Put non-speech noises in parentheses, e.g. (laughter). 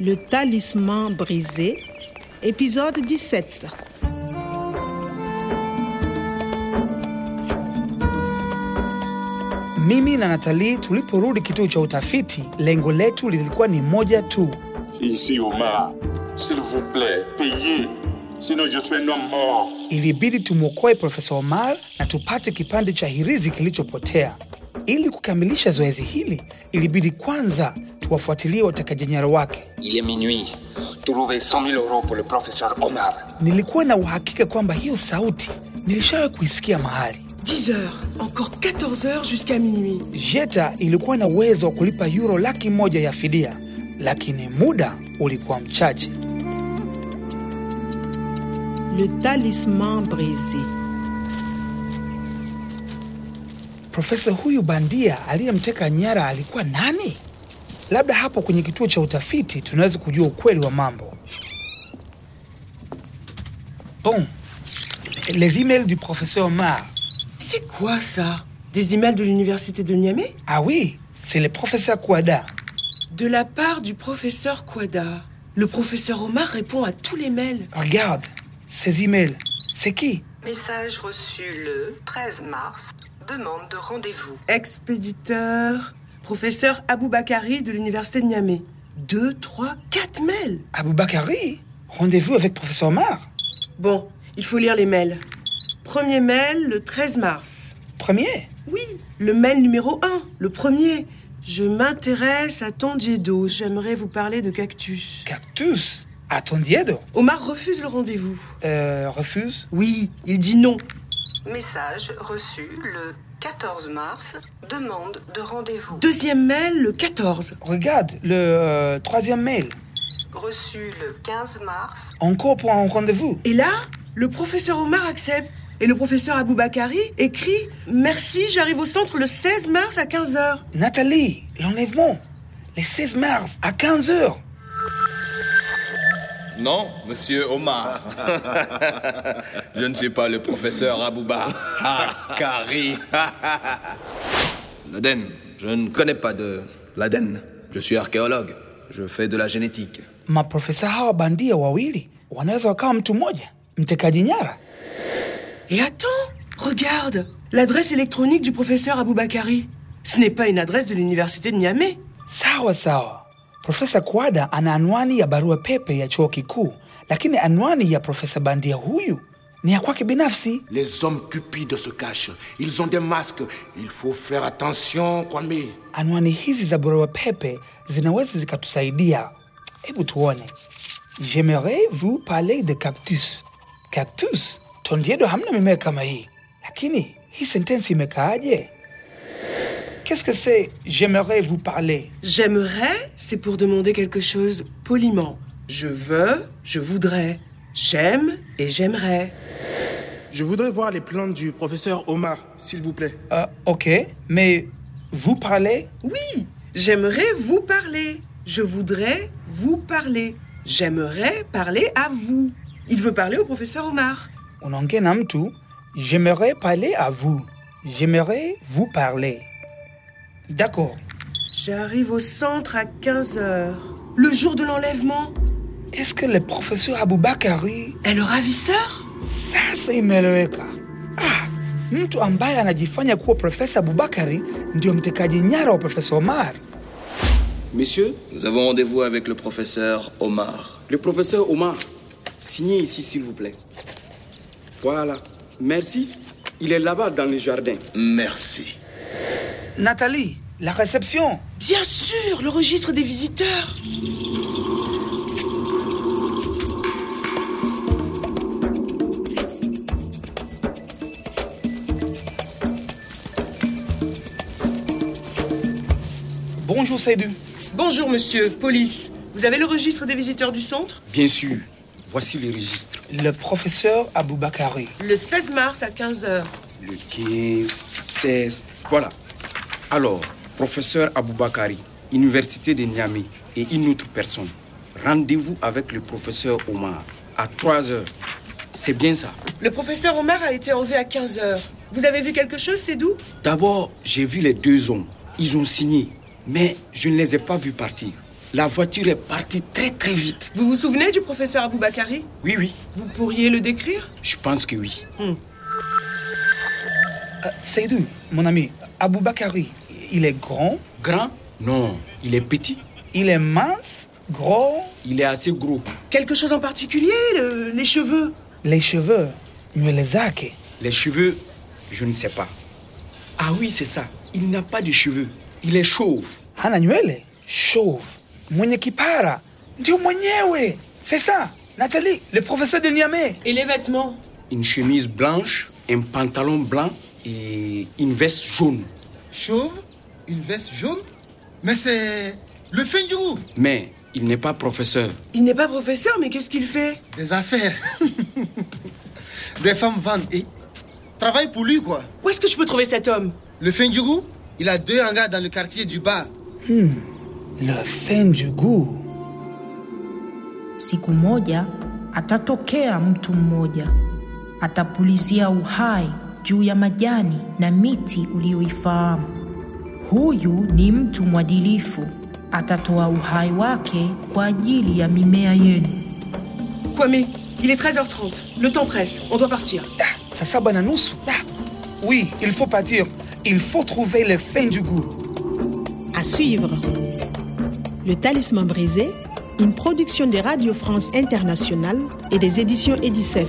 Le talisman brisé, épisode 17. Mimi na Natalie tuliporudi kituo cha utafiti, lengo letu lilikuwa ni moja tu. Ici, Omar, s'il vous plaît, payez. Sinon, je suis un homme mort. Ilibidi tumwokoe Profesa Omar na tupate kipande cha hirizi kilichopotea. Ili kukamilisha zoezi hili, ilibidi kwanza tuwafuatilie watekaji nyara wake. Il est minuit. Trouvez 100 000 euros pour le professeur Omar. Nilikuwa na uhakika kwamba hiyo sauti nilishawahi kuisikia mahali. 10 heures, encore 14 heures jusqu'à minuit. Jeta ilikuwa na uwezo wa kulipa euro laki moja ya fidia, lakini muda ulikuwa mchache. Le talisman brisé. Profesa huyu bandia aliyemteka nyara alikuwa nani? Labda hapo kwenye kituo cha utafiti tunaweza kujua ukweli wa mambo. Bon, les emails du professeur Omar. C'est quoi ça Des emails de l'université de Niamey Ah oui, c'est le professeur Kouada. De la part du professeur Kwada. Le professeur Omar répond à tous les mails. Regarde, ces emails. C'est qui Message reçu le 13 mars. Demande de rendez-vous. Expéditeur, professeur Aboubakari de l'université de Niamey. Deux, trois, quatre mails. Aboubakari Rendez-vous avec professeur Omar Bon, il faut lire les mails. Premier mail le 13 mars. Premier Oui, le mail numéro 1, le premier. Je m'intéresse à Tondiedo, j'aimerais vous parler de cactus. Cactus Atondiedo Omar refuse le rendez-vous. Euh, refuse Oui, il dit non. Message reçu le 14 mars. Demande de rendez-vous. Deuxième mail le 14. Regarde, le euh, troisième mail. Reçu le 15 mars. Encore pour un rendez-vous. Et là, le professeur Omar accepte. Et le professeur Aboubakari écrit Merci, j'arrive au centre le 16 mars à 15h. Nathalie, l'enlèvement. Le 16 mars à 15h. Non, monsieur Omar. (laughs) Je ne suis pas le professeur Abouba. Ah, Kari. (laughs) L'Aden. Je ne connais pas de l'Aden. Je suis archéologue. Je fais de la génétique. Maprofesa hawa bandia wawili wanaweza wakawa mtu mmoja, mtekaji nyara. Et attends, regarde L'adresse électronique du professeur Aboubakari. Ce n'est pas une adresse de l'université de Niamey. Sawa sawa, Profesa Kwada ana anwani ya barua pepe ya chuo kikuu, lakini anwani ya profesa bandia huyu ni ya kwake binafsi. Les hommes cupides se cachent. Ils ont des masques. Il faut faire attention, Kwame. Anwani hizi za barua pepe zinaweza zikatusaidia. Hebu tuone. J'aimerais vous parler de cactus. Cactus? Tondiedo hamna mimea kama hii. Lakini hii sentensi imekaaje? Qu'est-ce que c'est j'aimerais vous parler? J'aimerais, c'est pour demander quelque chose poliment. Je veux, je voudrais. J'aime et j'aimerais. Je voudrais voir les plans du professeur Omar, s'il vous plaît. Ah, ok, mais vous parlez? Oui, j'aimerais vous parler. Je voudrais vous parler. J'aimerais parler à vous. Il veut parler au professeur Omar. Unaongea na mtu, j'aimerais parler à vous. J'aimerais vous parler. D'accord. J'arrive au centre à 15h. Le jour de l'enlèvement. Est-ce que le professeur Aboubakari Et le ravisseur sasa imeeleweka? Ah, mtu ambaye anajifanya kuwa Profesa Abubakari ndio mtekaji nyara wa Profesa Omar. Monsieur, Nous avons rendez-vous avec le professeur Omar. le professeur Omar, signez ici s'il vous plaît. Voilà. Merci. Il est là-bas dans le jardin. Merci. Nathalie, la réception. Bien sûr, le registre des visiteurs. Bonjour Saidu. Bonjour monsieur, police. Vous avez le registre des visiteurs du centre Bien sûr. Voici le registre. Le professeur Aboubakari. Le 16 mars à 15h. Le 15, 16. Voilà. Alors, professeur Aboubakari, Université de Niamey et une autre personne. Rendez-vous avec le professeur Omar à 3 heures. C'est bien ça. Le professeur Omar a été enlevé à 15h. Vous avez vu quelque chose, c'est doux D'abord, j'ai vu les deux hommes. Ils ont signé, mais je ne les ai pas vus partir. La voiture est partie très très vite. Vous vous souvenez du professeur Aboubakari Oui, oui, Vous pourriez le décrire je pense que oui. Euh, Seydou, mon ami, Aboubakari, il est grand, Grand Non, il est petit. il est mince, gros, Il est assez gros. Quelque chose en particulier le- Les cheveux les cheveux, muelezake. Les cheveux, je ne sais pas. Ah oui, c'est ça. Il n'a pas de cheveux. Il est chauve. Hana nywele, chauve, mwenye kipara, ndio mwenyewe. C'est ça, Nathalie, le professeur de Niamey. Et les vêtements Une chemise blanche, un pantalon blanc et une veste jaune. Chauve, une veste jaune. Mais c'est le fin du groupe Mais il n'est pas professeur. Il n'est pas professeur, mais qu'est-ce qu'il fait des affaires. des femmes vendent et travaillent pour lui, quoi. Où est-ce que je peux trouver cet homme Le fin du groupe, il a deux hangars dans le quartier du bar. Le fin du goût. Siku moja atatokea mtu mmoja, atapulizia uhai juu ya majani na miti uliyoifahamu. Huyu ni mtu mwadilifu, atatoa uhai wake kwa ajili ya mimea yenu. Kwame, il est 13h30. Le temps presse, on doit partir. Da, saa saba na nusu. Da. Oui, il faut partir. Il faut trouver le fin du goût. À suivre. Le Talisman brisé, une production de Radio France Internationale et des éditions Edicef.